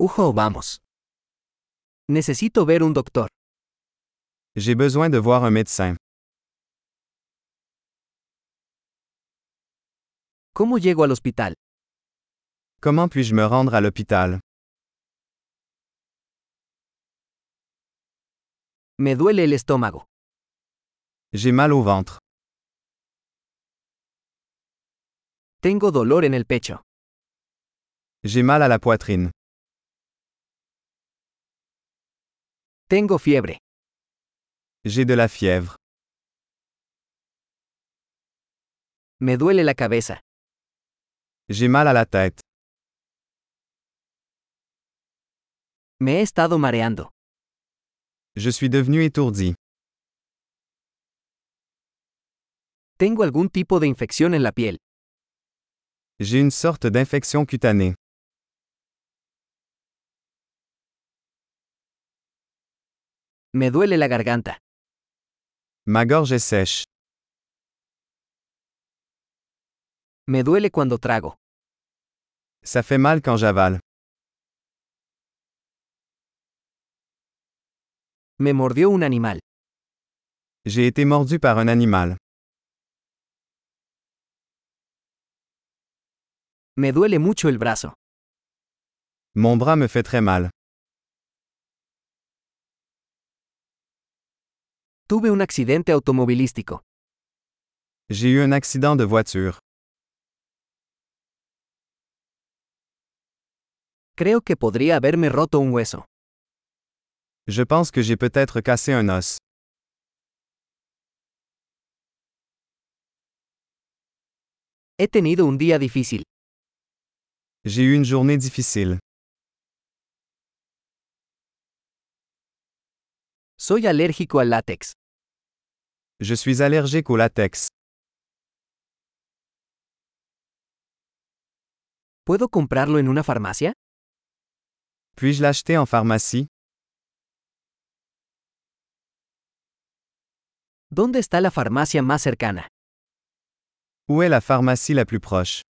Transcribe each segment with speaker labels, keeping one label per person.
Speaker 1: Ujo, vamos. Necesito ver un doctor.
Speaker 2: J'ai besoin de voir un médecin.
Speaker 1: ¿Cómo llego al hospital?
Speaker 2: Comment puis-je me rendre à l'hôpital?
Speaker 1: Me duele el estómago.
Speaker 2: J'ai mal au ventre.
Speaker 1: Tengo dolor en el pecho.
Speaker 2: J'ai mal à la poitrine.
Speaker 1: Tengo fiebre.
Speaker 2: J'ai de la fièvre.
Speaker 1: Me duele la cabeza.
Speaker 2: J'ai mal à la tête.
Speaker 1: Me he estado mareando.
Speaker 2: Je suis devenu étourdi.
Speaker 1: Tengo algún tipo de infección en la piel.
Speaker 2: J'ai une sorte d'infection cutanée.
Speaker 1: Me duele la garganta.
Speaker 2: Ma gorge est sèche.
Speaker 1: Me duele cuando trago.
Speaker 2: Ça fait mal quand j'avale.
Speaker 1: Me mordió un animal.
Speaker 2: J'ai été mordu par un animal.
Speaker 1: Me duele mucho el brazo.
Speaker 2: Mon bras me fait très mal.
Speaker 1: Tuve un accidente automovilístico.
Speaker 2: J'ai eu un accident de voiture.
Speaker 1: Creo que podría haberme roto un hueso.
Speaker 2: Je pense que j'ai peut-être cassé un os.
Speaker 1: He tenido un día difícil.
Speaker 2: J'ai eu une journée difficile.
Speaker 1: Soy alérgico al látex.
Speaker 2: Je suis allergique au latex.
Speaker 1: ¿Puedo comprarlo en una farmacia?
Speaker 2: Puis-je l'acheter en pharmacie?
Speaker 1: ¿Dónde está la farmacia más cercana?
Speaker 2: Où est la pharmacie la plus proche?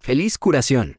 Speaker 1: ¡Feliz curación!